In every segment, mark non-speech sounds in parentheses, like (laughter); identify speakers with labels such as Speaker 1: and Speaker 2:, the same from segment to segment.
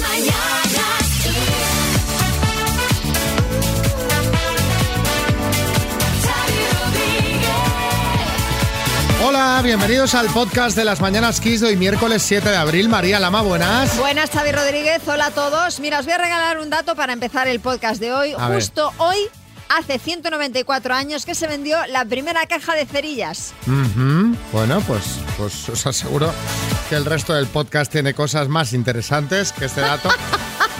Speaker 1: Mañanas Kiss. Xavi Rodríguez.
Speaker 2: Hola, bienvenidos al podcast de las Mañanas Kiss de hoy miércoles 7 de abril. María Lama, buenas.
Speaker 3: Buenas, Xavi Rodríguez. Hola a todos. Mira, os voy a regalar un dato para empezar el podcast de hoy.
Speaker 2: A ver.
Speaker 3: Justo hoy, hace 194 años, que se vendió la primera caja de cerillas.
Speaker 2: Ujú. Bueno, pues, pues os aseguro que el resto del podcast tiene cosas más interesantes que este dato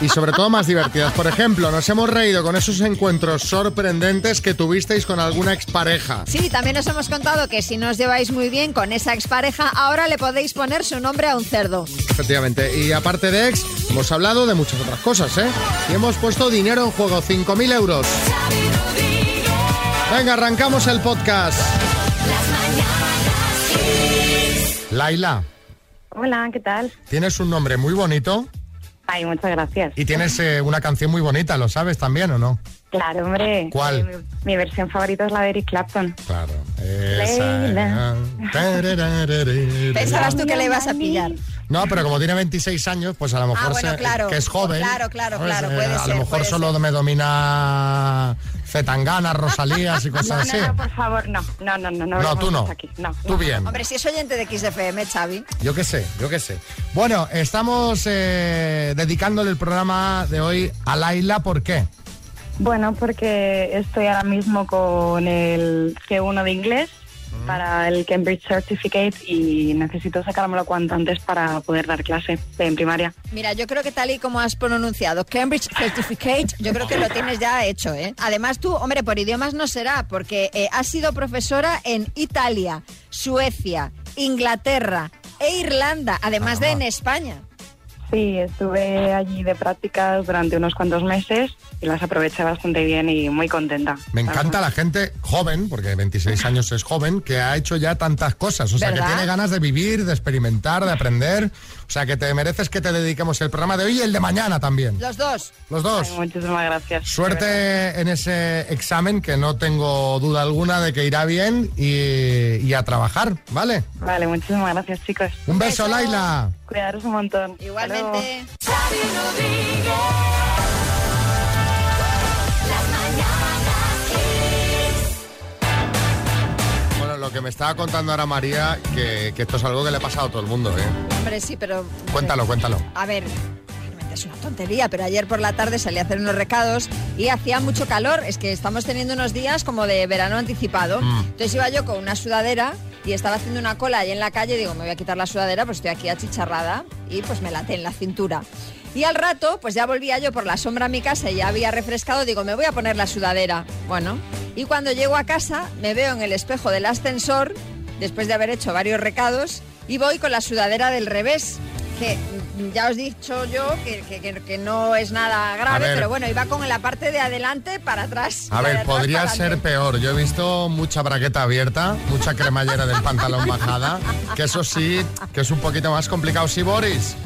Speaker 2: y sobre todo más divertidas. Por ejemplo, nos hemos reído con esos encuentros sorprendentes que tuvisteis con alguna expareja.
Speaker 3: Sí, también os hemos contado que si no os lleváis muy bien con esa expareja, ahora le podéis poner su nombre a un cerdo.
Speaker 2: Efectivamente. Y aparte de ex, hemos hablado de muchas otras cosas, ¿eh? Y hemos puesto dinero en juego, 5.000 euros.
Speaker 1: Xavi Rodríguez.
Speaker 2: Venga, arrancamos el podcast.
Speaker 1: Las Mañanas Kiss.
Speaker 2: Laila,
Speaker 4: Hola, ¿qué tal?
Speaker 2: tienes un nombre muy bonito.
Speaker 4: Ay, muchas gracias.
Speaker 2: Y tienes eh, una canción muy bonita, ¿lo sabes también o no?
Speaker 4: Claro, hombre.
Speaker 2: ¿Cuál?
Speaker 4: Eh, Mi, mi versión favorita es la de Eric Clapton.
Speaker 2: Claro.
Speaker 4: Leila.
Speaker 3: Pensabas tú que le ibas a pillar.
Speaker 2: No, pero como tiene 26 años, pues a lo mejor
Speaker 3: bueno,
Speaker 2: se-
Speaker 3: claro.
Speaker 2: que es joven.
Speaker 3: Claro, claro,
Speaker 2: ¿sabes?
Speaker 3: claro,
Speaker 2: Eh,
Speaker 3: puede
Speaker 2: A
Speaker 3: ser,
Speaker 2: lo mejor
Speaker 3: puede
Speaker 2: solo me domina Zetangana, Rosalías y
Speaker 4: No,
Speaker 2: cosas así.
Speaker 4: no, no, por favor, no. No, no, no. No,
Speaker 2: No,
Speaker 4: hablemos
Speaker 2: tú
Speaker 4: de
Speaker 2: no.
Speaker 4: eso Aquí. no.
Speaker 2: Tú bien.
Speaker 3: Hombre, si es oyente de XFM, Xavi.
Speaker 2: Yo qué sé, yo qué sé. Bueno, estamos eh, dedicándole el programa de hoy a Laila, ¿por qué?
Speaker 4: Bueno, porque estoy ahora mismo con el C1 de inglés
Speaker 2: Mm.
Speaker 4: para el Cambridge Certificate y necesito sacármelo cuanto antes para poder dar clase en primaria.
Speaker 3: Mira, yo creo que tal y como has pronunciado Cambridge Certificate, yo creo que lo tienes ya hecho, ¿eh? Además tú, hombre, por idiomas no será, porque eh, has sido profesora en Italia, Suecia, Inglaterra e Irlanda, además de en España.
Speaker 4: Sí, estuve allí de prácticas durante unos cuantos meses y las aproveché bastante bien y muy contenta.
Speaker 2: Me
Speaker 4: La
Speaker 2: encanta
Speaker 4: verdad.
Speaker 2: la gente joven, porque 26 años es joven, que ha hecho ya tantas cosas. O sea,
Speaker 3: ¿Verdad?
Speaker 2: que tiene ganas de vivir, de experimentar, de aprender. O sea, que te mereces que te dediquemos el programa de hoy y el de mañana también.
Speaker 3: Los dos.
Speaker 2: Los dos.
Speaker 4: Ay, muchísimas gracias. De verdad.
Speaker 2: Suerte en ese examen, que no tengo duda alguna de que irá bien y, y a trabajar, ¿vale?
Speaker 4: Vale, muchísimas gracias, chicos.
Speaker 2: Un beso,
Speaker 3: beso.
Speaker 2: Laila.
Speaker 4: Cuidaros un montón. Hasta luego.
Speaker 3: Igualmente.
Speaker 1: Xavi Rodríguez. Las Mañanas Kiss.
Speaker 2: Bueno, lo que me estaba contando ahora María, que, que esto es algo que le pasa a todo el mundo, ¿eh?
Speaker 3: Hombre, sí, pero...
Speaker 2: Cuéntalo, cuéntalo.
Speaker 3: A ver, realmente es una tontería, pero ayer por la tarde salí a hacer unos recados y hacía mucho calor. Es que estamos teniendo unos días como de verano anticipado.
Speaker 2: Mm.
Speaker 3: Entonces iba yo con una sudadera y estaba haciendo una cola ahí en la calle. Digo, me voy a quitar la sudadera, pues estoy aquí achicharrada y pues me laté en la cintura. Y al rato, pues ya volvía yo por la sombra a mi casa y ya había refrescado. Digo, me voy a poner la sudadera. Bueno, y cuando llego a casa, me veo en el espejo del ascensor, después de haber hecho varios recados, y voy con la sudadera del revés que mm, ya os he dicho yo que, que- que- que no es nada grave,
Speaker 2: ver.
Speaker 3: pero bueno, iba con la parte de adelante para atrás.
Speaker 2: A
Speaker 3: la de
Speaker 2: ver,
Speaker 3: atrás
Speaker 2: podría
Speaker 3: para
Speaker 2: ser
Speaker 3: adelante.
Speaker 2: peor. Yo he visto mucha braqueta abierta, mucha cremallera del pantalón bajada, que eso sí, que es un poquito más complicado. Sí, Boris.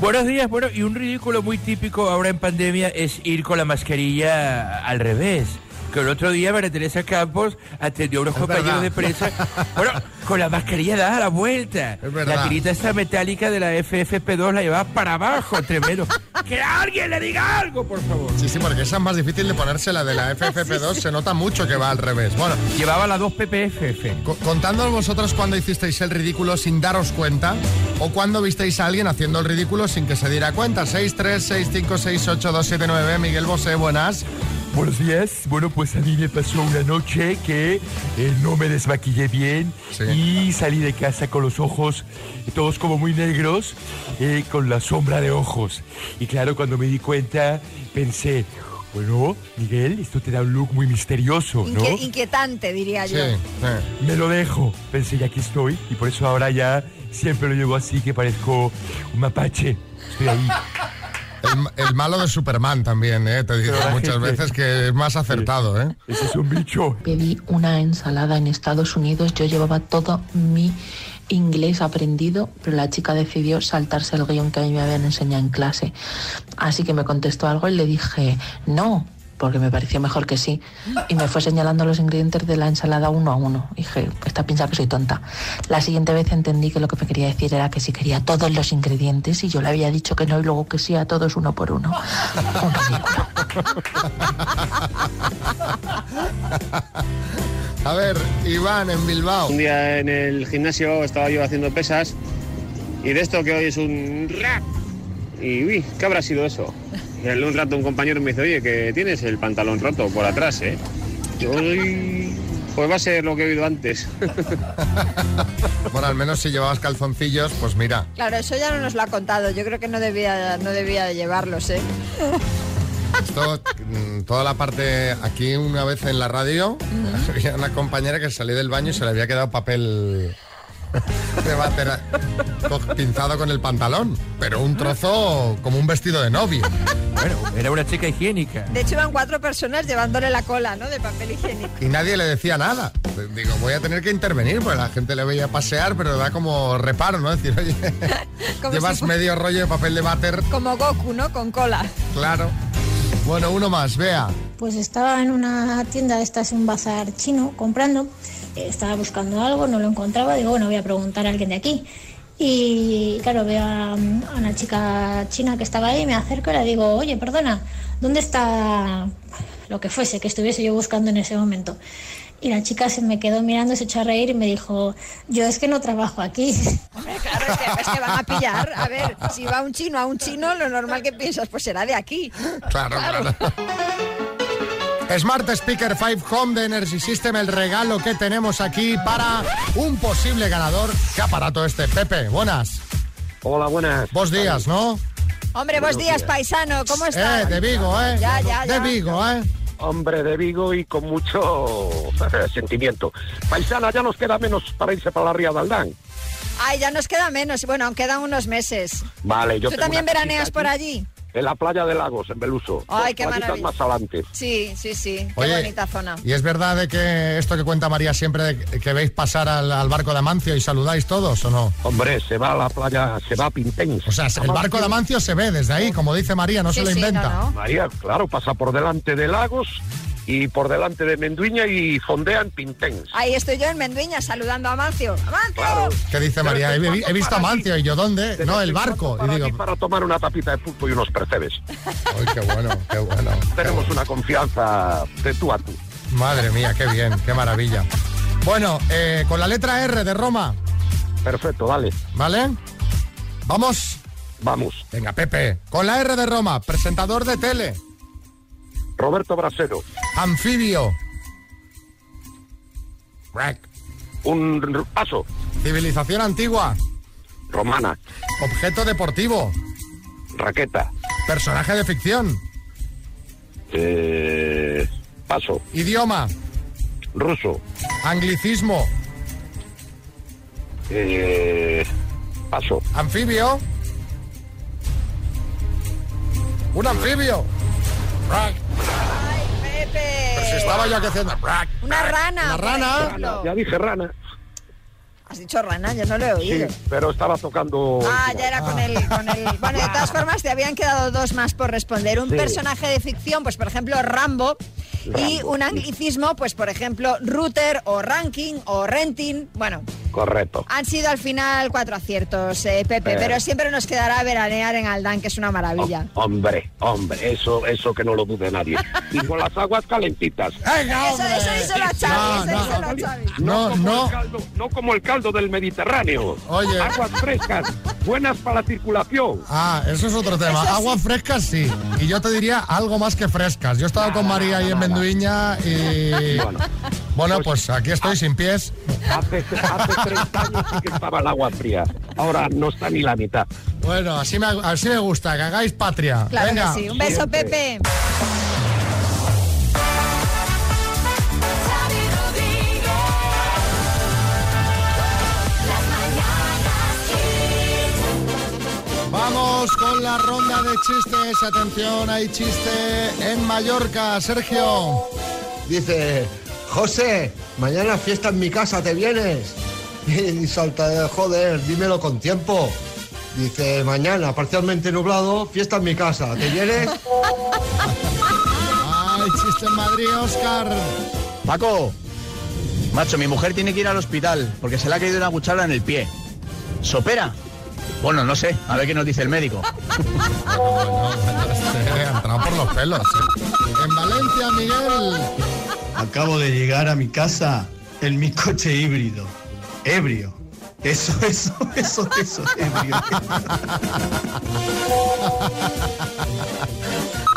Speaker 5: Buenos días, bueno, y un ridículo muy típico ahora en pandemia es ir con la mascarilla al revés. Que el otro día María Teresa Campos atendió a unos
Speaker 2: Es
Speaker 5: compañeros
Speaker 2: verdad.
Speaker 5: de prensa, bueno, con la mascarilla dada a la vuelta.
Speaker 2: Es verdad.
Speaker 5: la tirita esta metálica de la FFP2 la llevaba para
Speaker 2: (laughs)
Speaker 5: abajo, tremendo. ¡Que alguien le diga algo, por favor!
Speaker 2: Sí, sí, porque esa es más difícil de ponerse la de
Speaker 3: (laughs)
Speaker 2: la FFP2, se nota mucho que va al revés. Bueno,
Speaker 5: Llevaba la 2 PPFF.
Speaker 2: co- contadnos vosotros cuándo hicisteis el ridículo sin daros cuenta o cuándo visteis a alguien haciendo el ridículo sin que se diera cuenta. 636568279, Miguel Bosé, buenas.
Speaker 5: Buenos días. Bueno, pues a mí me pasó una noche que eh, no me desmaquillé bien
Speaker 2: Sí.
Speaker 5: y salí de casa con los ojos todos como muy negros, eh, con la sombra de ojos. Y claro, cuando me di cuenta, pensé, bueno, Miguel, esto te da un look muy misterioso, ¿no?
Speaker 3: Inque- inquietante, diría
Speaker 2: Sí,
Speaker 3: yo.
Speaker 2: sí.
Speaker 5: Me lo dejo. Pensé, ya aquí estoy. Y por eso ahora ya siempre lo llevo así, que parezco un mapache. Estoy ahí.
Speaker 2: El, el malo de Superman también, ¿eh? Te digo
Speaker 5: Pero la
Speaker 2: muchas
Speaker 5: gente-
Speaker 2: veces que es más acertado, ¿eh?
Speaker 5: Ese es un bicho.
Speaker 6: Pedí una ensalada en Estados Unidos, yo llevaba todo mi inglés aprendido, pero la chica decidió saltarse el guión que a mí me habían enseñado en clase. Así que me contestó algo y le dije, no, porque me pareció mejor que sí. Y me fue señalando los ingredientes de la ensalada uno a uno. Y dije, esta piensa que soy tonta. La siguiente vez entendí que lo que me quería decir era que si quería todos los ingredientes y yo le había dicho que no y luego que sí a todos uno por uno. Un ridículo.
Speaker 2: A ver, Iván en Bilbao.
Speaker 7: Un día en el gimnasio estaba yo haciendo pesas y de esto que hoy es un rap. Y uy, ¿qué habrá sido eso? Y al un rato un compañero me dice, oye, que tienes el pantalón roto por atrás, ¿eh? Yo, "Uy, pues va a ser lo que he oído antes.
Speaker 2: Bueno, al menos si llevabas calzoncillos, pues mira.
Speaker 3: Claro, eso ya no nos lo ha contado. Yo creo que no debía, no debía de llevarlos, ¿eh?
Speaker 2: Esto, mm, toda la parte aquí una vez en la radio, había una compañera que salía del baño y se le había quedado papel (laughs) de batera co- pinzado con el pantalón, pero un trozo como un vestido de novio.
Speaker 5: Bueno, era una chica higiénica.
Speaker 3: De hecho, iban cuatro personas llevándole la cola, ¿no? De papel
Speaker 2: (laughs)
Speaker 3: higiénico.
Speaker 2: Y nadie le decía nada. Pues Digo, voy a tener que intervenir, porque la gente le veía pasear, pero da como reparo, ¿no? (laughs) Decir, oye,
Speaker 3: Como
Speaker 2: llevas
Speaker 3: si fu-
Speaker 2: medio rollo de papel de váter,
Speaker 3: Como Goku, ¿no? Con cola.
Speaker 2: claro. Bueno, uno más, vea.
Speaker 8: Pues estaba en una tienda, esta es un bazar chino, comprando. Eh, Estaba buscando algo, no lo encontraba. Digo, bueno, voy a preguntar a alguien de aquí. Y claro, veo a, mm, a una chica china que estaba ahí, me acerco y le digo, oye, perdona, ¿dónde está lo que fuese que estuviese yo buscando en ese momento? Y la chica se me quedó mirando, se echó a reír y me dijo, yo es que no trabajo aquí. (laughs)
Speaker 3: Hombre, claro, es que, es que van a pillar. A ver, si va un chino a un chino, lo normal que piensas, pues será de aquí.
Speaker 2: Claro, claro. (laughs) Smart Speaker 5 Home de Energy System, el regalo que tenemos aquí para un posible ganador. ¿Qué aparato este, Pepe? Buenas.
Speaker 7: Hola, buenas.
Speaker 2: Vos días, ¿no?
Speaker 3: Hombre, buenos días, paisano, ¿cómo
Speaker 2: Eh,
Speaker 3: estás?
Speaker 2: de Vigo, ¿eh?
Speaker 3: Ya, ya, ya.
Speaker 2: De Vigo, ¿eh?
Speaker 9: hombre de Vigo y con mucho sentimiento. Paisana, ya nos queda menos para irse para la Ría de Aldán.
Speaker 3: Ay, ya nos queda menos. Bueno, aún quedan unos meses.
Speaker 9: Vale, yo
Speaker 3: ¿Tú
Speaker 9: tengo
Speaker 3: también
Speaker 9: una
Speaker 3: veraneas
Speaker 9: casita
Speaker 3: por allí?
Speaker 9: En la playa de Lagos, en Beluso.
Speaker 3: Ay,
Speaker 9: Dos
Speaker 3: qué
Speaker 9: playitas
Speaker 3: maravilla.
Speaker 9: más adelante.
Speaker 3: Sí, sí, sí. Qué bonita zona.
Speaker 2: ¿Y es verdad de que esto que cuenta María siempre, de que veis pasar al, al barco de Amancio y saludáis todos o no?
Speaker 9: Hombre, se va a la playa, se va a Pintén.
Speaker 2: O sea, el barco de Amancio se ve desde ahí, como dice María, no
Speaker 3: sí,
Speaker 2: se lo
Speaker 3: sí,
Speaker 2: inventa.
Speaker 3: no, no.
Speaker 9: María, claro, pasa por delante de Lagos y por delante de Menduiña y fondea en Pintén.
Speaker 3: Ahí estoy yo en Mendueña saludando a Amancio. ¡Amancio!
Speaker 9: Claro.
Speaker 2: ¿Qué dice
Speaker 9: De
Speaker 2: María? He,
Speaker 9: vez en
Speaker 2: vi- he
Speaker 9: cuando
Speaker 2: visto a
Speaker 9: para
Speaker 2: Amancio
Speaker 9: aquí.
Speaker 2: y yo,
Speaker 9: De
Speaker 2: ¿dónde?
Speaker 9: vez
Speaker 2: No, el
Speaker 9: en cuando
Speaker 2: barco. Y
Speaker 9: Para,
Speaker 2: digo,
Speaker 9: aquí para tomar una tapita de pulpo y unos percebes.
Speaker 2: ¡ay, qué bueno, qué bueno!
Speaker 9: Tenemos una confianza de tú a tú.
Speaker 2: Madre mía, qué bien, qué maravilla. Bueno, eh, con la letra R de Roma,
Speaker 9: Perfecto, dale,
Speaker 2: ¿vale? Vamos.
Speaker 9: vamos.
Speaker 2: Venga, Pepe. Con la R de Roma, presentador de tele,
Speaker 9: Roberto Brasero,
Speaker 2: anfibio. Rack.
Speaker 9: un r- paso,
Speaker 2: Civilización antigua,
Speaker 9: romana,
Speaker 2: objeto deportivo,
Speaker 9: raqueta,
Speaker 2: personaje de ficción,
Speaker 9: eh, paso,
Speaker 2: idioma,
Speaker 9: ruso,
Speaker 2: anglicismo,
Speaker 9: eh, paso,
Speaker 2: anfibio. Un anfibio. Rack. Pero si
Speaker 3: Pepe.
Speaker 2: estaba yo aquí haciendo. rack,
Speaker 3: Una
Speaker 2: rack.
Speaker 3: rana.
Speaker 2: Una
Speaker 3: por
Speaker 2: rana.
Speaker 3: ejemplo.
Speaker 9: ya dije rana,
Speaker 3: Has dicho rana, yo no lo he
Speaker 9: sí,
Speaker 3: oído.
Speaker 9: pero estaba tocando... el
Speaker 3: Ah,
Speaker 9: final.
Speaker 3: ya era con el, con
Speaker 2: (laughs)
Speaker 3: el... Bueno, de todas formas, te habían quedado dos más por responder. Un
Speaker 9: Sí.
Speaker 3: personaje de ficción, pues por ejemplo, Rambo. Y
Speaker 9: Rambo,
Speaker 3: un
Speaker 9: sí.
Speaker 3: anglicismo, pues por ejemplo, router o ranking o renting. Bueno,
Speaker 9: Correcto.
Speaker 3: han sido al final cuatro aciertos, eh, Pepe.
Speaker 9: Pero-
Speaker 3: Pero siempre nos quedará veranear en Aldán, que es una maravilla.
Speaker 9: Hom- hombre, hombre, eso, eso que no lo dude nadie. Y con las aguas calentitas.
Speaker 2: Venga,
Speaker 3: Eso,
Speaker 2: hombre.
Speaker 3: eso díselo a Xavi,
Speaker 2: Oh. No,
Speaker 3: eso
Speaker 2: no.
Speaker 3: díselo a Xavi.
Speaker 2: No,
Speaker 9: como
Speaker 2: no.
Speaker 9: El caldo, no como el caldo del Mediterráneo.
Speaker 2: Oye.
Speaker 9: Aguas frescas, buenas para la circulación.
Speaker 2: Ah, eso es otro tema.
Speaker 3: Eso sí.
Speaker 2: Aguas frescas sí. Y yo te diría algo más que frescas. Yo he estado con María ahí en Menduiña y.
Speaker 9: Bueno.
Speaker 2: Bueno, pues aquí estoy sin pies.
Speaker 9: Hace, hace 30 años sí que estaba el agua fría. Ahora no está ni la mitad.
Speaker 2: Bueno, así me, así me gusta, que hagáis patria.
Speaker 3: Claro
Speaker 2: Venga.
Speaker 3: que sí. Un beso,
Speaker 9: siempre.
Speaker 3: Pepe.
Speaker 1: Xavi Rodríguez. Las mañanas Kiss.
Speaker 2: Vamos con la ronda de chistes. Atención, hay chiste en Mallorca, Sergio.
Speaker 10: Dice, José, mañana fiesta en mi casa, ¿te vienes? (laughs) Y salta, joder, dímelo con tiempo. Dice, mañana, parcialmente nublado, fiesta en mi casa, ¿te vienes?
Speaker 2: Ay, El chiste en Madrid, (laughs) Oscar.
Speaker 11: Paco, macho, mi mujer tiene que ir al hospital porque se le ha caído una cuchara en el pie. ¿Sopera? Bueno, no sé, a ver qué nos dice el médico.
Speaker 2: Entrado por los pelos. eh. En Valencia, Miguel.
Speaker 12: Acabo de llegar a mi casa en mi coche híbrido. Ebrio. Eso, eso, eso, eso, ebrio.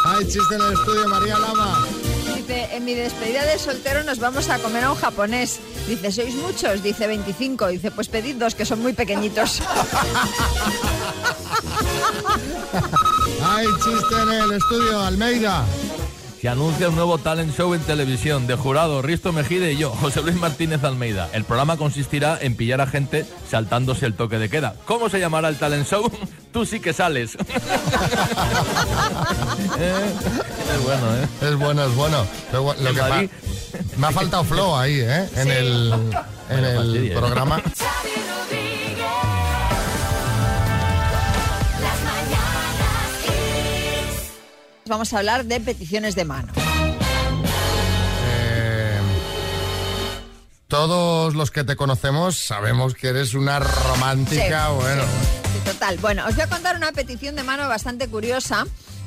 Speaker 2: Hay chiste en el estudio, María Lama.
Speaker 3: Dice, en mi despedida de soltero nos vamos a comer a un japonés. Dice, ¿sois muchos? Dice, 25. Dice, pues pedid dos, que son muy pequeñitos.
Speaker 2: Hay chiste en el estudio, Almeida.
Speaker 13: Se anuncia un nuevo talent show en televisión de jurado Risto Mejide y yo, José Luis Martínez Almeida. El programa consistirá en pillar a gente saltándose el toque de queda. ¿Cómo se llamará el talent show? (laughs) Tú sí que sales. (laughs) Eh, es bueno, ¿eh?
Speaker 2: Es bueno, es bueno. Lo, gu- lo
Speaker 13: En
Speaker 2: que fa-
Speaker 13: Madrid.
Speaker 2: me ha faltado flow ahí, ¿eh? En el, en
Speaker 3: pues
Speaker 2: el
Speaker 13: fastidia, ¿eh?
Speaker 2: programa.
Speaker 1: Xavi Rodríguez. Las mañanas Kiss.
Speaker 3: Vamos a hablar de peticiones de mano.
Speaker 2: Eh, todos los que te conocemos sabemos que eres una romántica,
Speaker 3: Sí,
Speaker 2: bueno.
Speaker 3: Sí, total. Bueno, os voy a contar una petición de mano bastante curiosa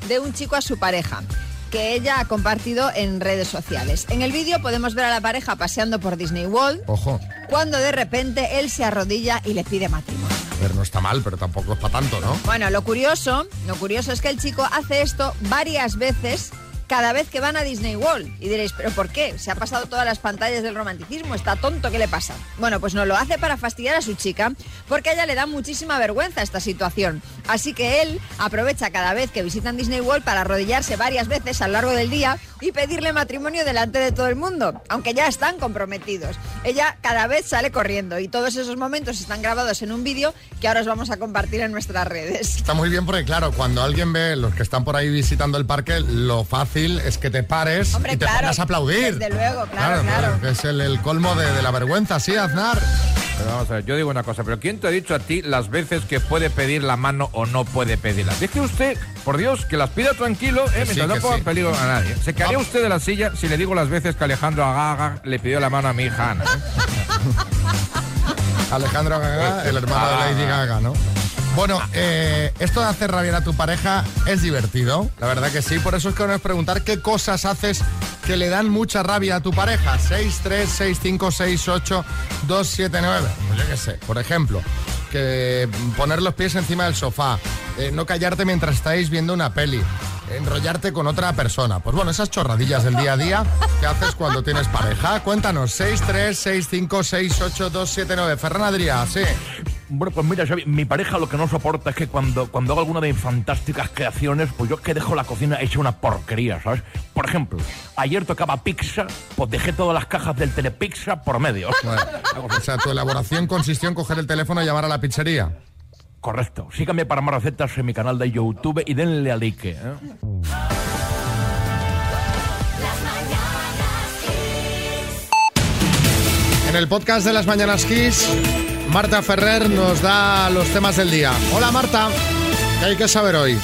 Speaker 3: de un chico a su pareja que ella ha compartido en redes sociales. En el vídeo podemos ver a la pareja paseando por Disney World
Speaker 2: Ojo,
Speaker 3: cuando de repente él se arrodilla y le pide matrimonio.
Speaker 2: pero no está mal, pero tampoco es para tanto, ¿no?
Speaker 3: Bueno, lo curioso, lo curioso es que el chico hace esto varias veces cada vez que van a Disney World. Y diréis, ¿pero por qué? Se ha pasado todas las pantallas del romanticismo, está tonto, ¿qué le pasa? Bueno, pues no lo hace para fastidiar a su chica, porque a ella le da muchísima vergüenza esta situación. Así que él aprovecha cada vez que visitan Disney World para arrodillarse varias veces a lo largo del día y pedirle matrimonio delante de todo el mundo, aunque ya están comprometidos. Ella cada vez sale corriendo y todos esos momentos están grabados en un vídeo que ahora os vamos a compartir en nuestras redes.
Speaker 2: Está muy bien porque, claro, cuando alguien ve los que están por ahí visitando el parque, lo fácil es que te pares
Speaker 3: Hombre,
Speaker 2: y te
Speaker 3: claro,
Speaker 2: pongas a aplaudir.
Speaker 3: desde luego, claro, claro.
Speaker 2: que Es el, el colmo de, de la vergüenza, ¿sí, Aznar?
Speaker 14: Pero vamos a ver, yo digo una cosa, pero ¿quién te ha dicho a ti las veces que puede pedir la mano o no puede pedirla? Deje usted, por Dios, que las pida tranquilo,
Speaker 2: Que
Speaker 14: ¿eh?
Speaker 2: sí,
Speaker 14: mientras no
Speaker 2: que
Speaker 14: ponga
Speaker 2: sí.
Speaker 14: en peligro a nadie. ¿Se caería usted de la silla si le digo las veces que Alejandro Agaga le pidió la mano a mi hija Ana? ¿eh?
Speaker 2: Alejandro Gaga, el hermano de Lady Gaga, ¿no? Bueno, eh, esto de hacer rabiar a tu pareja es divertido, la verdad que sí. Por eso es que nos preguntar qué cosas haces que le dan mucha rabia a tu pareja. 636568279. Pues yo qué sé, por ejemplo, que poner los pies encima del sofá, eh, no callarte mientras estáis viendo una peli, enrollarte con otra persona. Pues bueno, esas chorradillas del día a día que haces cuando tienes pareja. Cuéntanos, 636568279. Ferran Adrià, sí.
Speaker 13: Bueno, pues mira, Xavi, mi pareja lo que no soporta es que cuando, cuando hago alguna de mis fantásticas creaciones, pues yo es que dejo la cocina hecha una porquería, ¿sabes? Por ejemplo, ayer tocaba pizza, pues dejé todas las cajas del Telepizza por medio.
Speaker 2: Bueno, o sea, tu elaboración consistió en coger el teléfono y llamar a la pizzería.
Speaker 13: Correcto. Síganme para más recetas en mi canal de YouTube y denle a like. ¿eh?
Speaker 2: En el podcast de las Mañanas Kiss, Marta Ferrer nos da los temas del día. Hola Marta, ¿qué hay que saber hoy?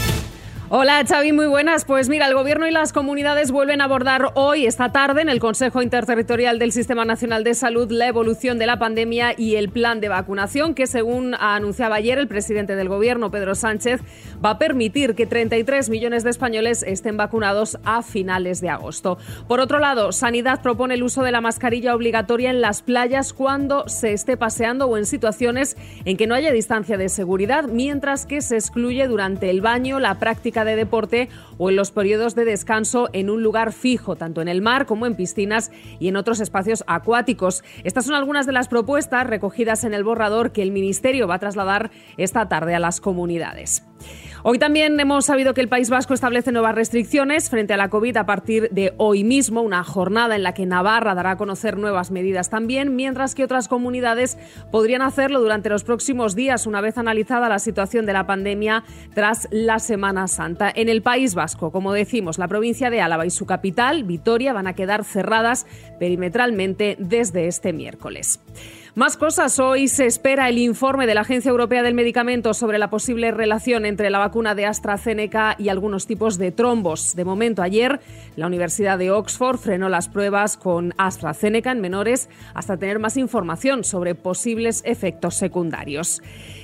Speaker 15: Hola Xavi, muy buenas. Pues mira, el Gobierno y las comunidades vuelven a abordar hoy, esta tarde, en el Consejo Interterritorial del Sistema Nacional de Salud, la evolución de la pandemia y el plan de vacunación, que según anunciaba ayer el presidente del Gobierno, Pedro Sánchez, va a permitir que 33 millones de españoles estén vacunados a finales de agosto. Por otro lado, Sanidad propone el uso de la mascarilla obligatoria en las playas cuando se esté paseando o en situaciones en que no haya distancia de seguridad, mientras que se excluye durante el baño, la práctica de deporte o en los periodos de descanso en un lugar fijo, tanto en el mar como en piscinas y en otros espacios acuáticos. Estas son algunas de las propuestas recogidas en el borrador que el Ministerio va a trasladar esta tarde a las comunidades. Hoy también hemos sabido que el País Vasco establece nuevas restricciones frente a la COVID a partir de hoy mismo, una jornada en la que Navarra dará a conocer nuevas medidas también, mientras que otras comunidades podrían hacerlo durante los próximos días, una vez analizada la situación de la pandemia tras la Semana Santa. En el País Vasco, como decimos, la provincia de Álava y su capital, Vitoria, van a quedar cerradas perimetralmente desde este miércoles. Más cosas. Hoy se espera el informe de la Agencia Europea del Medicamento sobre la posible relación entre la vacuna de AstraZeneca y algunos tipos de trombos. De momento, ayer la Universidad de Oxford frenó las pruebas con AstraZeneca en menores hasta tener más información sobre posibles efectos secundarios.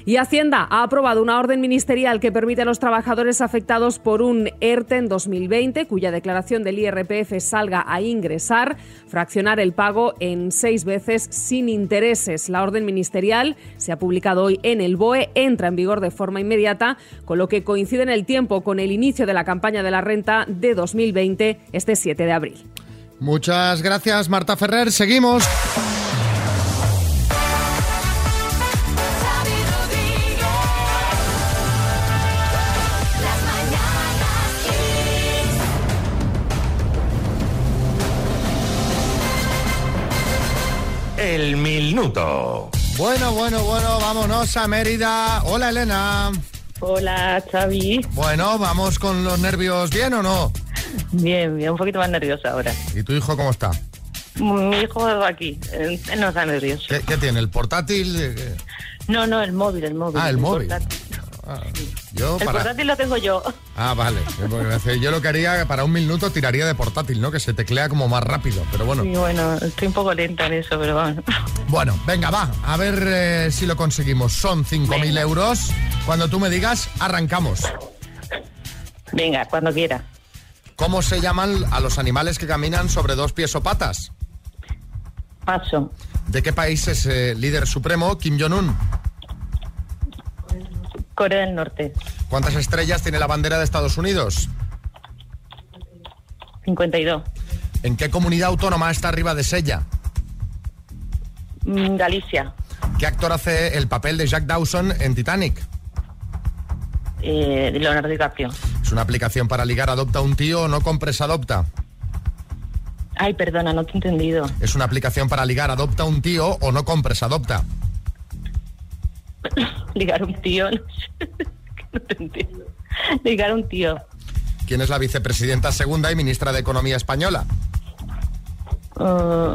Speaker 15: Y Hacienda ha aprobado una orden ministerial que permite a los trabajadores afectados por un ERTE en 2020, cuya declaración del IRPF salga a ingresar, fraccionar el pago en seis veces sin intereses. La orden ministerial se ha publicado hoy en el BOE, entra en vigor de forma inmediata, con lo que coincide en el tiempo con el inicio de la campaña de la renta de 2020, este 7 de abril.
Speaker 2: Muchas gracias, Marta Ferrer. Seguimos.
Speaker 16: El minuto.
Speaker 2: Bueno, bueno, bueno, vámonos a Mérida. Hola, Elena.
Speaker 17: Hola, Xavi.
Speaker 2: Bueno, ¿vamos con los nervios bien o no?
Speaker 17: Bien, bien, un poquito más nerviosa ahora.
Speaker 2: ¿Y tu hijo cómo está?
Speaker 17: Mi hijo aquí, eh, él no está nervioso.
Speaker 2: ¿Qué, qué tiene? ¿El portátil? Eh,
Speaker 17: No, no, el móvil, el móvil.
Speaker 2: Ah, el móvil.
Speaker 17: portátil.
Speaker 2: Yo
Speaker 17: El
Speaker 2: para...
Speaker 17: portátil lo tengo yo.
Speaker 2: Ah, vale. Porque me hace- Yo lo que haría para un minuto tiraría de portátil, ¿no? Que se teclea como más rápido, pero bueno.
Speaker 17: Y bueno, estoy un poco lenta en eso, pero bueno.
Speaker 2: Bueno, venga, va. A ver eh, si lo conseguimos. Son 5.000 euros. Cuando tú me digas, arrancamos.
Speaker 17: Venga, cuando quiera.
Speaker 2: ¿Cómo se llaman a los animales que caminan sobre dos pies o patas?
Speaker 17: Paso.
Speaker 2: ¿De qué país es eh, líder supremo Kim Jong-un?
Speaker 17: Corea del Norte,
Speaker 2: ¿Cuántas estrellas tiene la bandera de Estados Unidos?
Speaker 17: 52.
Speaker 2: ¿En qué comunidad autónoma está arriba de Sella?
Speaker 17: Mm, Galicia,
Speaker 2: ¿Qué actor hace el papel de Jack Dawson en Titanic?
Speaker 17: eh, Leonardo DiCaprio.
Speaker 2: Es una aplicación para ligar adopta un tío o no compres adopta.
Speaker 17: Ay, perdona, no te he entendido.
Speaker 2: Es una aplicación para ligar adopta un tío o no compres adopta.
Speaker 17: Ligar un tío, no sé, (laughs) que no te entiendo. Ligar un tío,
Speaker 2: ¿Quién es la vicepresidenta segunda y ministra de Economía española?
Speaker 17: eh,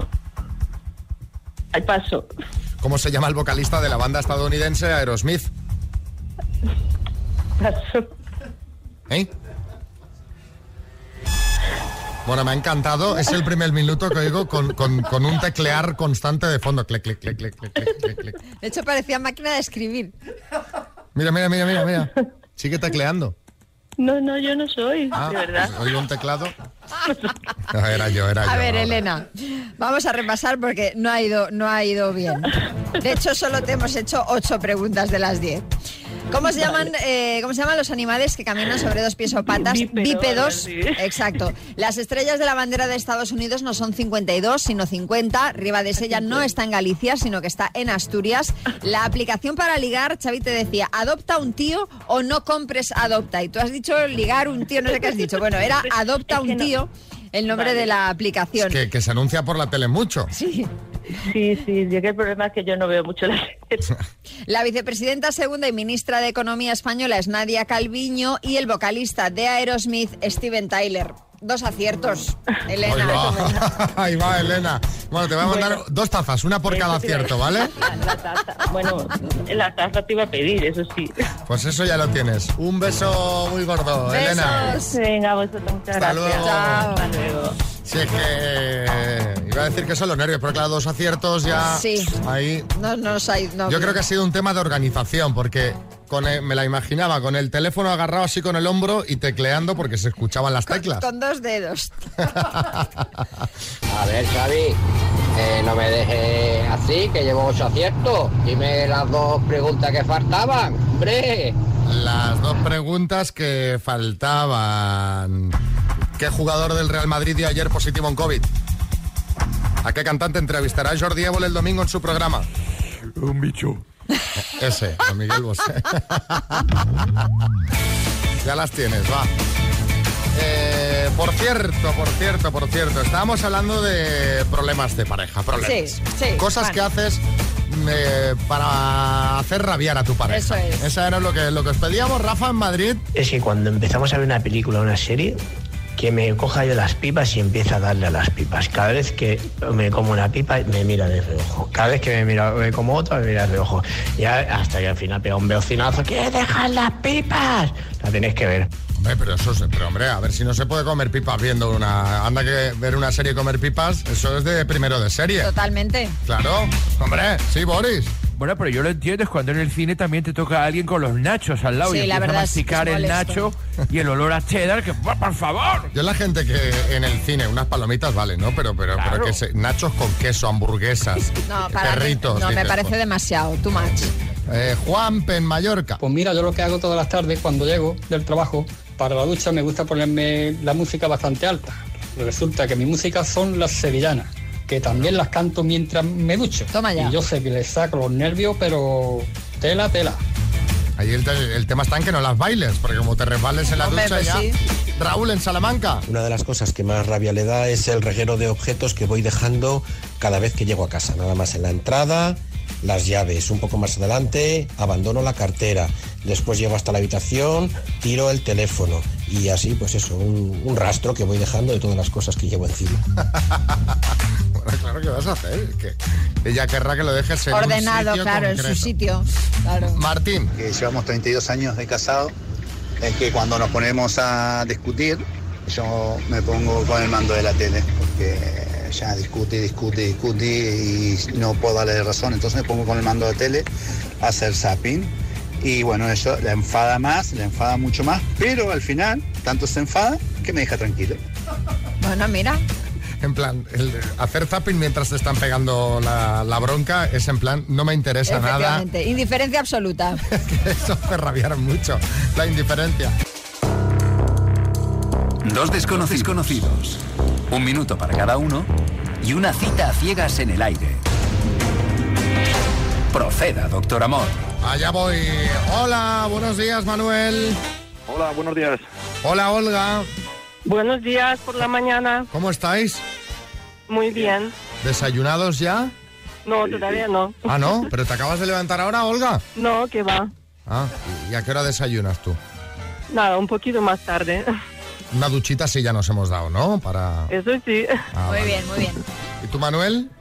Speaker 17: al paso. (laughs)
Speaker 2: ¿Cómo se llama el vocalista de la banda estadounidense Aerosmith? ¿Eh? Bueno, me ha encantado. Es el primer minuto que oigo con, con- con un teclear constante de fondo. Clic, clic, clic, clic, clic, clic, clic, clic.
Speaker 3: De hecho, parecía máquina de escribir.
Speaker 2: Mira, mira, mira, mira, mira. Sigue tecleando.
Speaker 17: No, no, yo no soy,
Speaker 2: Ah,
Speaker 17: de verdad.
Speaker 2: pues oigo un teclado. No, era yo, era yo.
Speaker 3: A ver, Elena, vamos a repasar porque no ha ido, no ha ido bien. De hecho, solo te hemos hecho ocho preguntas de las diez. ¿Cómo se, llaman, eh, ¿Cómo se llaman los animales que caminan sobre dos pies o patas?
Speaker 17: Bípedos,
Speaker 3: Bípedos.
Speaker 17: sí.
Speaker 3: Exacto. Las estrellas de la bandera de Estados Unidos no son 52, sino 50. Riva de Sella no está en Galicia, sino que está en Asturias. La aplicación para ligar, Xavi te decía, adopta un tío o no compres adopta. Y tú has dicho ligar un tío, no sé qué has dicho. Bueno, era adopta un tío. El nombre
Speaker 17: Vale.
Speaker 3: de la aplicación.
Speaker 2: Que, que se anuncia por la tele mucho.
Speaker 3: Sí.
Speaker 17: Sí, sí, yo que el problema es que yo no veo mucho la
Speaker 3: La vicepresidenta segunda y ministra de Economía española es Nadia Calviño y el vocalista de Aerosmith, Steven Tyler.
Speaker 2: (laughs)
Speaker 3: Dos aciertos, Elena.
Speaker 2: Ahí va, Elena. Bueno, te voy a mandar dos tazas, una por cada
Speaker 17: Eso te iba a
Speaker 2: acierto,
Speaker 17: decir,
Speaker 2: ¿vale?
Speaker 17: (laughs) La, la taza. Bueno, la taza te iba a pedir, eso sí.
Speaker 2: Pues eso ya lo tienes. Un beso muy gordo, Elena.
Speaker 17: Venga, vosotros, muchas
Speaker 2: Hasta
Speaker 17: gracias.
Speaker 2: luego. Chao.
Speaker 17: Hasta luego.
Speaker 2: Si es que iba a decir que son los nervios, pero claro, dos aciertos ya
Speaker 3: Sí.
Speaker 2: ahí.
Speaker 3: No, no nos ha ido- no.
Speaker 2: Yo creo que ha sido un tema de organización, porque con el- me la imaginaba con el teléfono agarrado así con el hombro y tecleando porque se escuchaban las teclas.
Speaker 3: Con dos dedos.
Speaker 18: A ver, Xavi, eh, no me dejes así, que llevo ocho aciertos. Dime las dos preguntas que faltaban, hombre.
Speaker 2: Las dos preguntas que faltaban. ¿Qué jugador del Real Madrid dio ayer positivo en COVID? ¿A qué cantante entrevistará Jordi Évole el domingo en su programa?
Speaker 5: Un bicho.
Speaker 2: Ese, a Miguel Bosé. (laughs) ya las tienes, va. Eh, por cierto, por cierto, por cierto, estábamos hablando de problemas de pareja, problemas.
Speaker 1: Sí, sí,
Speaker 2: Cosas
Speaker 1: vale.
Speaker 2: que haces eh, para hacer rabiar a tu pareja.
Speaker 1: Eso es.
Speaker 2: Esa era lo que, lo que os pedíamos, Rafa, en Madrid.
Speaker 19: Es que cuando empezamos a ver una película o una serie,
Speaker 16: que me coja yo las pipas y empieza a darle a las pipas. Cada vez que me como una pipa, me mira de reojo. Cada vez que me, mira, me como otra, me mira de reojo. Ya hasta que al final pega un veocinazo que dejar las pipas. La tenéis que ver.
Speaker 2: Hombre, pero eso es, pero hombre, a ver si no se puede comer pipas viendo una. Anda que ver una serie y comer pipas, eso es de primero de serie.
Speaker 3: Totalmente.
Speaker 2: Claro, hombre, sí, Boris.
Speaker 13: Bueno, pero yo lo entiendo, es cuando en el cine también te toca a alguien con los nachos al lado
Speaker 2: Sí,
Speaker 13: y
Speaker 2: la
Speaker 13: empieza
Speaker 2: verdad
Speaker 13: a
Speaker 2: es que es
Speaker 13: masticar el
Speaker 2: molesto.
Speaker 13: nacho y el olor a cheddar, que ¡por por favor!
Speaker 2: Yo la gente que en el cine, unas palomitas vale, ¿no? Pero, pero, pero que se- nachos con queso, hamburguesas,
Speaker 3: (laughs) No, para mí-
Speaker 2: perritos.
Speaker 3: no me
Speaker 2: dices, pues.
Speaker 3: parece demasiado, too much.
Speaker 2: Eh, Juan en Mallorca.
Speaker 19: Pues mira, yo lo que hago todas las tardes cuando llego del trabajo, para la ducha me gusta ponerme la música bastante alta. Resulta que mi música son las sevillanas, que también las canto mientras me ducho.
Speaker 3: ya.
Speaker 19: Y yo sé que les saco los nervios, pero tela, tela.
Speaker 2: Ahí el, te- el tema está en que no las bailes, porque como te resbales en la
Speaker 3: Hombre,
Speaker 2: ducha
Speaker 3: pues
Speaker 2: ya.
Speaker 3: sí.
Speaker 2: Raúl en Salamanca.
Speaker 20: Una de las cosas que más rabia le da es el reguero de objetos que voy dejando cada vez que llego a casa. Nada más en la entrada, las llaves. Un poco más adelante, abandono la cartera. Después llego hasta la habitación, tiro el teléfono. Y así, pues eso, un, un rastro que voy dejando de todas las cosas que llevo encima.
Speaker 2: Bueno, (laughs) claro que vas a hacer. Que ella querrá que lo dejes en un
Speaker 3: Ordenado,
Speaker 2: sitio
Speaker 3: claro, en su
Speaker 2: concreto.
Speaker 3: sitio. Claro.
Speaker 2: Martín.
Speaker 21: Que llevamos 32 años de casado, es que cuando nos ponemos a discutir, yo me pongo con el mando de la tele, porque ya discute, discute, discute y no puedo darle razón, entonces me pongo con el mando de la tele a hacer zapping. Y bueno, eso la enfada más, la enfada mucho más, pero al final tanto se enfada que me deja tranquilo.
Speaker 3: Bueno, mira.
Speaker 2: En plan, el- hacer zapping mientras te están pegando la, la bronca es en plan, no me interesa nada.
Speaker 3: Efectivamente. Indiferencia absoluta.
Speaker 2: (laughs) Eso hace rabiar mucho, la indiferencia.
Speaker 22: Dos desconocidos conocidos. Un minuto para cada uno y una cita a ciegas en el aire. Proceda, doctor Amor.
Speaker 2: Allá voy. Hola, buenos días, Manuel.
Speaker 23: Hola, buenos días.
Speaker 2: Hola, Olga.
Speaker 23: Buenos días por la mañana.
Speaker 2: ¿Cómo estáis?
Speaker 23: Muy bien.
Speaker 2: ¿Desayunados ya?
Speaker 23: No, todavía no.
Speaker 2: Ah, no, pero te acabas de levantar ahora, Olga.
Speaker 23: No, que va.
Speaker 2: Ah, ¿y a qué hora desayunas tú?
Speaker 23: Nada, un poquito más
Speaker 17: (laughs)
Speaker 23: tarde.
Speaker 2: Una duchita sí ya nos hemos dado, ¿no? Para...
Speaker 23: Eso sí.
Speaker 2: Ah, vale.
Speaker 23: bien, muy bien.
Speaker 2: ¿Y tú, Manuel?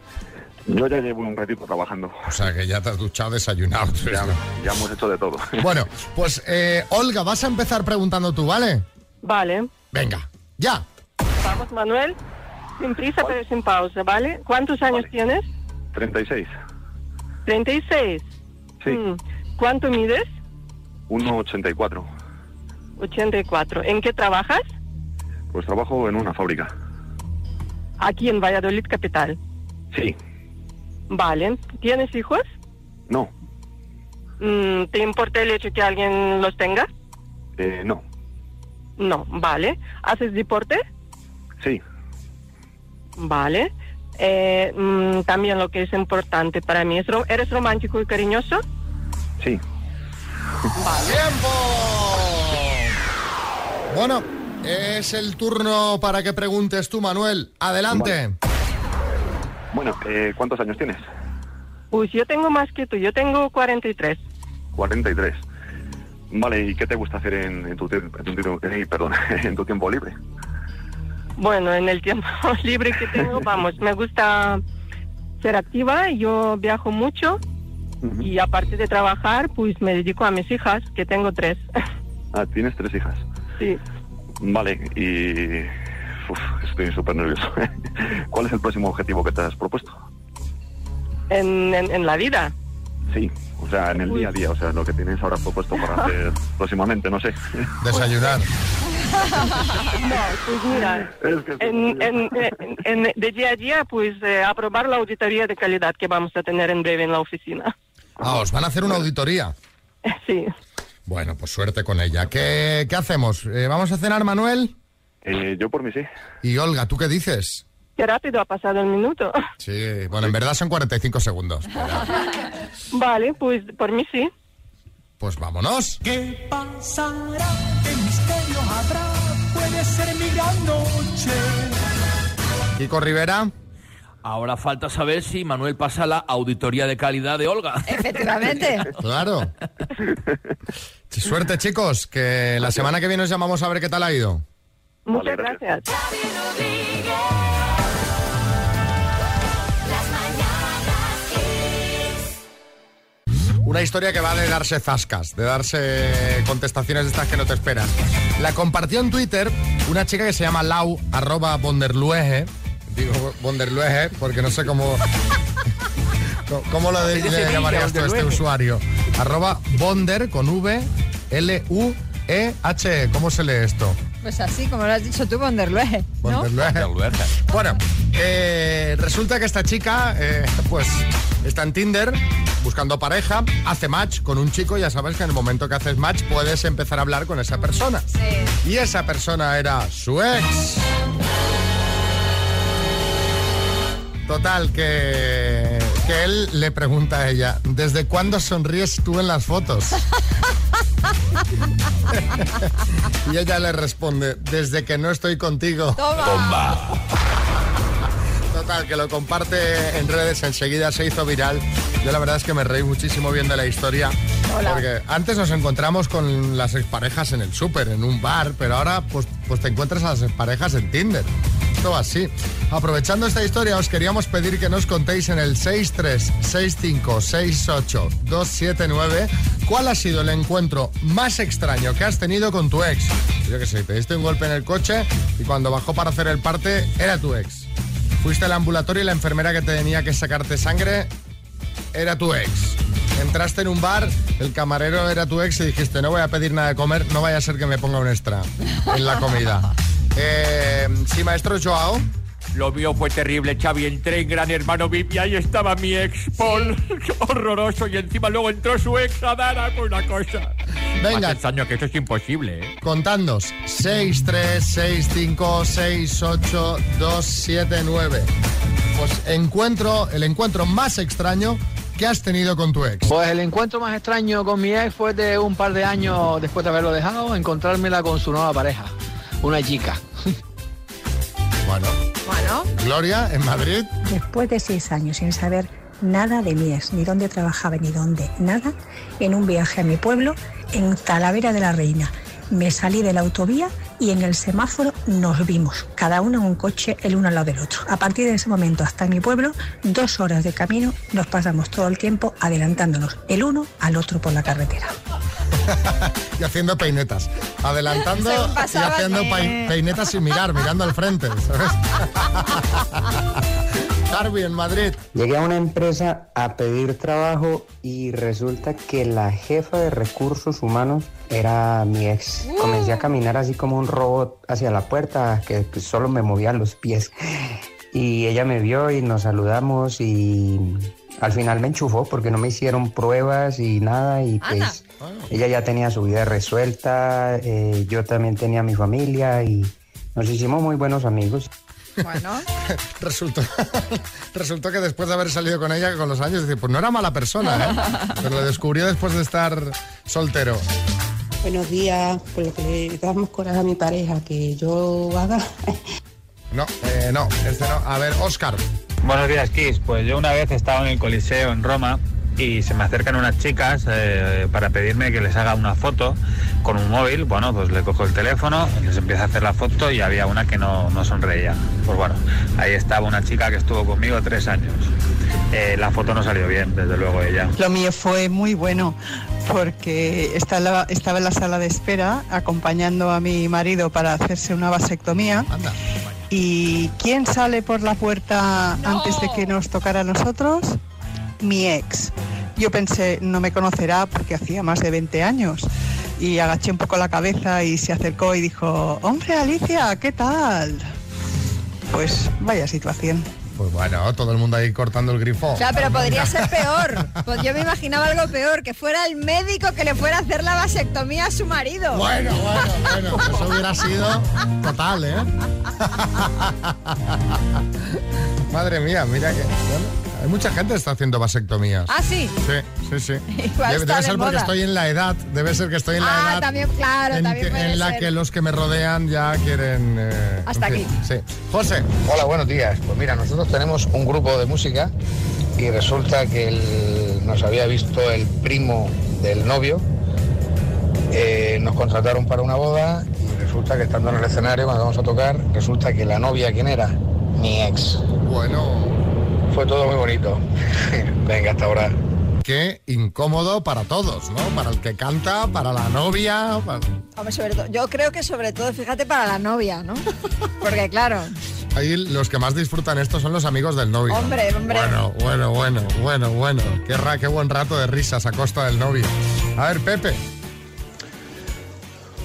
Speaker 23: Yo ya llevo un ratito trabajando.
Speaker 2: O sea, que ya te has duchado, desayunado. (laughs)
Speaker 23: Ya, ya hemos hecho de todo.
Speaker 9: (laughs)
Speaker 2: Bueno, pues eh, Olga, vas a empezar preguntando tú, ¿vale?
Speaker 23: Vale.
Speaker 2: Venga, ya.
Speaker 23: Vamos, Manuel. Sin prisa, pero sin pausa, ¿vale? ¿Cuántos años tienes?
Speaker 9: 36,
Speaker 23: 36.
Speaker 9: Sí.
Speaker 23: Mm. ¿Cuánto mides?
Speaker 9: 1,84.
Speaker 23: 84. ¿En qué trabajas?
Speaker 9: Pues trabajo en una fábrica.
Speaker 23: Aquí en Valladolid, capital.
Speaker 9: Sí.
Speaker 23: Vale. ¿Tienes hijos?
Speaker 9: No,
Speaker 23: Mm, ¿Te importa el hecho que alguien los tenga?
Speaker 9: eh, no,
Speaker 23: No, vale. ¿Haces deporte?
Speaker 9: sí.
Speaker 23: Vale. Eh, mm, también lo que es importante para mí es, ro- ¿eres romántico y cariñoso?
Speaker 9: Sí.
Speaker 2: Bueno, es el turno para que preguntes tú, Manuel. Adelante.
Speaker 9: Bueno, eh, ¿cuántos años tienes?
Speaker 23: Pues yo tengo más que tú, yo tengo 43.
Speaker 9: 43. Vale, ¿y qué te gusta hacer en, en tu, tiemp- en tu tiempo- eh, perdón, (laughs) en tu tiempo libre?
Speaker 23: Bueno, en el tiempo (laughs) libre que tengo, vamos, me gusta ser activa, yo viajo mucho y aparte de trabajar, pues me dedico a mis hijas, que tengo tres. (laughs)
Speaker 9: Ah, tienes tres hijas.
Speaker 23: sí.
Speaker 9: Vale, y... Uf, estoy súper nervioso. (laughs) ¿Cuál es el próximo objetivo que te has propuesto?
Speaker 23: En, en- en la vida.
Speaker 9: Sí, o sea, en el día a día, o sea, lo que tienes ahora propuesto para hacer próximamente, no sé.
Speaker 2: Desayunar.
Speaker 23: No, pues mira, en, en- en- en- de día a día, pues eh, aprobar la auditoría de calidad que vamos a tener en breve en la oficina. (laughs)
Speaker 2: Ah, os van a hacer una auditoría.
Speaker 23: Sí.
Speaker 2: Bueno, pues suerte con ella. ¿Qué, qué hacemos? Eh, ¿Vamos a cenar, Manuel?
Speaker 9: Eh, yo por mí sí.
Speaker 2: Y Olga, ¿tú qué dices?
Speaker 23: Qué rápido ha pasado el minuto. (laughs)
Speaker 2: Sí, bueno, en verdad son 45 segundos.
Speaker 23: Vale, pues por mí sí.
Speaker 2: Pues vámonos.
Speaker 1: ¿Qué pasará? ¿Qué misterio habrá? Puede ser mi gran noche.
Speaker 2: Kiko Rivera.
Speaker 13: Ahora falta saber si Manuel pasa la auditoría de calidad de Olga.
Speaker 2: (laughs)
Speaker 3: Efectivamente.
Speaker 2: Claro. Sí, Suerte, chicos, que la semana que viene os llamamos a ver qué tal ha ido.
Speaker 23: Muchas gracias.
Speaker 2: Una historia que va de darse zascas, de darse contestaciones de estas que no te esperas. La compartió en Twitter una chica que se llama Lau, arroba Bonderluege. Digo Bonderluege porque no sé cómo... (laughs) co- ¿Cómo lo de-
Speaker 9: Es de
Speaker 2: le
Speaker 9: Sevilla,
Speaker 2: llamarías tú a este
Speaker 9: Bonderluege.
Speaker 2: usuario? Arroba Bonder con V, L, U, E, H, E. ¿Cómo se lee esto?
Speaker 3: Pues así, como lo has dicho tú, von der Luege, ¿no?
Speaker 2: Bueno, eh, resulta que esta chica, eh, pues, está en Tinder buscando pareja, hace match con un chico, ya sabes que en el momento que haces match puedes empezar a hablar con esa persona. Y esa persona era su ex. Total, que, que él le pregunta a ella, ¿desde cuándo sonríes tú en las fotos? (laughs) y ella le responde, desde que no estoy contigo.
Speaker 9: Toma.
Speaker 2: Total, que lo comparte en redes, enseguida se hizo viral. Yo la verdad es que me reí muchísimo viendo la historia. Porque antes nos encontramos con las exparejas en el súper, en un bar, pero ahora pues, pues te encuentras a las exparejas en Tinder. Todo así. Aprovechando esta historia, os queríamos pedir que nos contéis en el 636568279 cuál ha sido el encuentro más extraño que has tenido con tu ex. Yo qué sé, te diste un golpe en el coche y cuando bajó para hacer el parte era tu ex. Fuiste al ambulatorio y la enfermera que tenía que sacarte sangre era tu ex. Entraste en un bar, el camarero era tu ex y dijiste, no voy a pedir nada de comer, no vaya a ser que me ponga un extra en la comida. Eh, sí, maestro Joao.
Speaker 13: Lo mío fue terrible, Xavi. Entré en Gran Hermano VIP y ahí estaba mi ex, Paul. (laughs) Horroroso. Y encima luego entró su ex a dar alguna cosa.
Speaker 2: Venga.
Speaker 13: Hace años que eso es imposible, ¿eh?
Speaker 2: Contadnos. 6, 3, 6, 5, 6, 8, 2, 7, 9. Pues encuentro, el encuentro más extraño que has tenido con tu ex.
Speaker 7: Pues el encuentro más extraño con mi ex fue de un par de años después de haberlo dejado, encontrármela con su nueva pareja, una chica.
Speaker 2: Bueno.
Speaker 3: Bueno.
Speaker 2: Gloria, en Madrid.
Speaker 24: Después de seis años sin saber nada de mi ex, ni dónde trabajaba, ni dónde, nada, en un viaje a mi pueblo, en Talavera de la Reina, me salí de la autovía y en el semáforo nos vimos, cada uno en un coche, el uno al lado del otro. A partir de ese momento hasta mi pueblo, dos horas de camino, nos pasamos todo el tiempo adelantándonos, el uno al otro por la carretera.
Speaker 2: y haciendo peinetas. Adelantando
Speaker 24: Según
Speaker 2: y
Speaker 24: pasaba,
Speaker 2: haciendo
Speaker 24: eh.
Speaker 2: pai- peinetas sin mirar, mirando al frente, ¿sabes? (laughs) Darby, en Madrid.
Speaker 20: Llegué a una empresa a pedir trabajo y resulta que la jefa de recursos humanos era mi ex. Comencé a caminar así como un robot hacia la puerta, que que solo me movían los pies. Y ella me vio y nos saludamos y al final me enchufó porque no me hicieron pruebas y nada y pues ella ya tenía su vida resuelta, eh, yo también tenía mi familia y nos hicimos muy buenos amigos.
Speaker 3: Bueno.
Speaker 2: resultó, (laughs) resultó que después de haber salido con ella con los años, dice, pues no era mala persona, ¿eh? Pero lo descubrió después de estar soltero.
Speaker 4: Buenos días, por lo que le damos coraje a mi pareja, que yo haga. (laughs)
Speaker 2: No, eh, no, este no. A ver, Oscar.
Speaker 25: Buenos días, Kiss. Pues yo una vez estaba en el Coliseo en Roma y se me acercan unas chicas eh, para pedirme que les haga una foto con un móvil. Bueno, pues le cojo el teléfono, les empiezo a hacer la foto y había una que no, no sonreía. Pues bueno, ahí estaba una chica que estuvo conmigo tres años. Eh, la foto no salió bien, desde luego ella.
Speaker 26: Lo mío fue muy bueno porque estaba, estaba en la sala de espera acompañando a mi marido para hacerse una vasectomía. ¿Y quién sale por la puerta antes de que nos tocara a nosotros? Mi ex. Yo pensé, no me conocerá porque hacía más de 20 años. Y agaché un poco la cabeza y se acercó y dijo, hombre Alicia, ¿qué tal? Pues vaya situación.
Speaker 2: Pues bueno, todo el mundo ahí cortando el grifo.
Speaker 3: Claro, pero podría
Speaker 26: (laughs)
Speaker 3: ser peor. Pues yo me imaginaba algo peor, que fuera el médico que le fuera a hacer la vasectomía a su marido.
Speaker 2: Bueno, bueno, bueno, pues eso hubiera sido total, ¿eh? (laughs) Madre mía, mira que... bueno, hay mucha gente que está haciendo vasectomías.
Speaker 3: Ah, sí.
Speaker 2: Sí, sí, sí.
Speaker 3: (laughs) Igual
Speaker 2: Debe,
Speaker 3: está
Speaker 2: debe
Speaker 3: de
Speaker 2: ser porque
Speaker 3: moda.
Speaker 2: estoy en la edad, debe ser que estoy en la
Speaker 3: Ah,
Speaker 2: edad
Speaker 3: también, claro,
Speaker 2: en,
Speaker 3: también
Speaker 2: que-
Speaker 3: puede
Speaker 2: en la
Speaker 3: ser.
Speaker 2: que los que me rodean ya quieren... eh,
Speaker 3: Hasta
Speaker 2: en fin,
Speaker 3: aquí.
Speaker 2: Sí. José.
Speaker 20: Hola, buenos días. Pues mira, nosotros tenemos un grupo de música y resulta que el- nos había visto el primo del novio. Eh, nos contrataron para una boda y
Speaker 21: resulta que estando en el escenario, cuando vamos a tocar, resulta que la novia, ¿quién era? Mi ex.
Speaker 2: Bueno.
Speaker 21: Fue todo muy bonito. (laughs) Venga, hasta ahora.
Speaker 2: Qué incómodo para todos, ¿no? Para el que canta, para la novia. para-
Speaker 3: Hombre, sobre todo- yo creo que sobre todo, fíjate, para la
Speaker 2: (laughs)
Speaker 3: novia, ¿no? Porque claro,
Speaker 2: Ahí los que más disfrutan esto son los amigos del novio.
Speaker 3: Hombre, hombre.
Speaker 2: Bueno, bueno, bueno, bueno, bueno. Qué, ra- qué buen rato de risas a costa del novio. A ver, Pepe.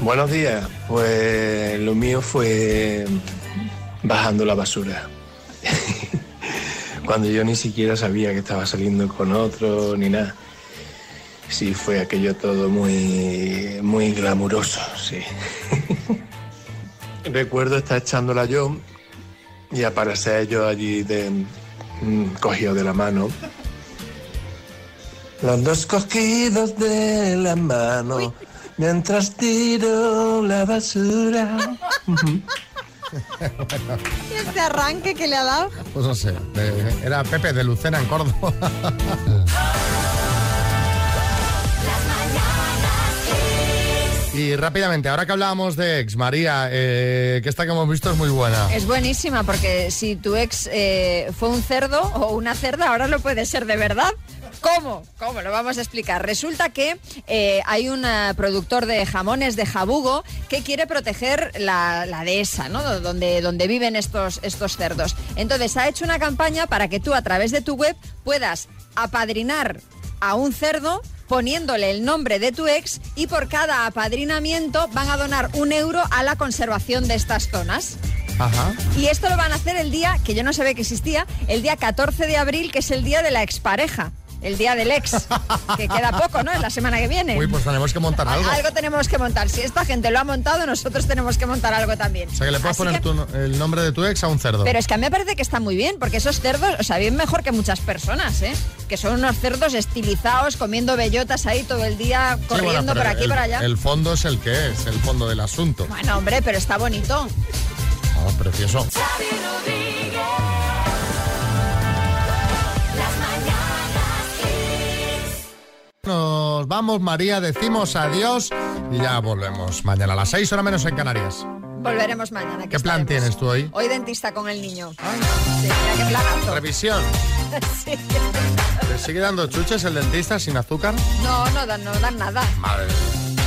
Speaker 7: Buenos días. Pues lo mío fue bajando la basura. (laughs) Cuando yo ni siquiera sabía que estaba saliendo con otro ni nada. Sí, fue aquello todo muy, muy glamuroso, sí. (laughs) Recuerdo estar echándola yo y aparecer yo allí de, mm, cogido de la mano.
Speaker 20: Los dos cogidos de la mano mientras tiro la basura.
Speaker 26: Este arranque que le ha dado.
Speaker 2: Pues no sé, de- era Pepe de Lucena en Córdoba. (laughs) Y rápidamente, ahora que hablábamos de ex, María, eh, que esta que hemos visto es muy buena.
Speaker 3: es buenísima porque si tu ex eh, fue un cerdo o una cerda, ahora lo puede ser de verdad. ¿Cómo? ¿Cómo? Lo vamos a explicar. Resulta que eh, hay un eh, productor de jamones de jabugo que quiere proteger la, la dehesa, ¿no? Do- Donde, donde viven estos, estos cerdos. Entonces ha hecho una campaña para que tú a través de tu web puedas apadrinar a un cerdo poniéndole el nombre de tu ex y por cada apadrinamiento van a donar un euro a la conservación de estas zonas.
Speaker 2: Ajá.
Speaker 3: Y esto lo van a hacer el día, que yo no sabía que existía, el día 14 de abril, que es el día de la expareja. El día del ex, que queda poco, ¿no? Es la semana que viene.
Speaker 2: Uy, pues tenemos que montar algo.
Speaker 3: Algo tenemos que montar. Si esta gente lo ha montado, nosotros tenemos que montar algo también.
Speaker 2: O sea, que le puedes
Speaker 3: Así
Speaker 2: poner
Speaker 3: que-
Speaker 2: tu no- el nombre de tu ex a un cerdo.
Speaker 3: Pero es que a mí me parece que está muy bien, porque esos cerdos, o sea, bien mejor que muchas personas, ¿eh? Que son unos cerdos estilizados, comiendo bellotas ahí todo el día,
Speaker 2: Sí, bueno,
Speaker 3: corriendo
Speaker 2: pero
Speaker 3: por aquí,
Speaker 2: el-
Speaker 3: por allá.
Speaker 2: El fondo es el que es, el fondo del asunto.
Speaker 3: Bueno, hombre, pero está bonito.
Speaker 2: Ah, precioso. Nos vamos, María, decimos adiós y ya volvemos mañana a las 6 horas menos en Canarias.
Speaker 3: Volveremos mañana. que
Speaker 2: ¿Qué plan
Speaker 3: estaremos.
Speaker 2: tienes tú hoy?
Speaker 3: Hoy dentista con el niño. Sí, mira qué planazo.
Speaker 2: Revisión.
Speaker 3: (laughs) Sí.
Speaker 2: ¿Le sigue dando chuches el dentista sin azúcar?
Speaker 3: No, no dan, no dan nada.
Speaker 2: Madre,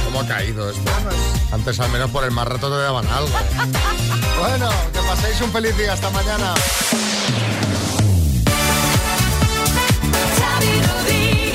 Speaker 2: cómo ha caído esto. Antes al menos por el más rato te daban algo.
Speaker 3: (laughs)
Speaker 2: bueno, que paséis un feliz día. Hasta mañana.
Speaker 1: Xavi Rodríguez.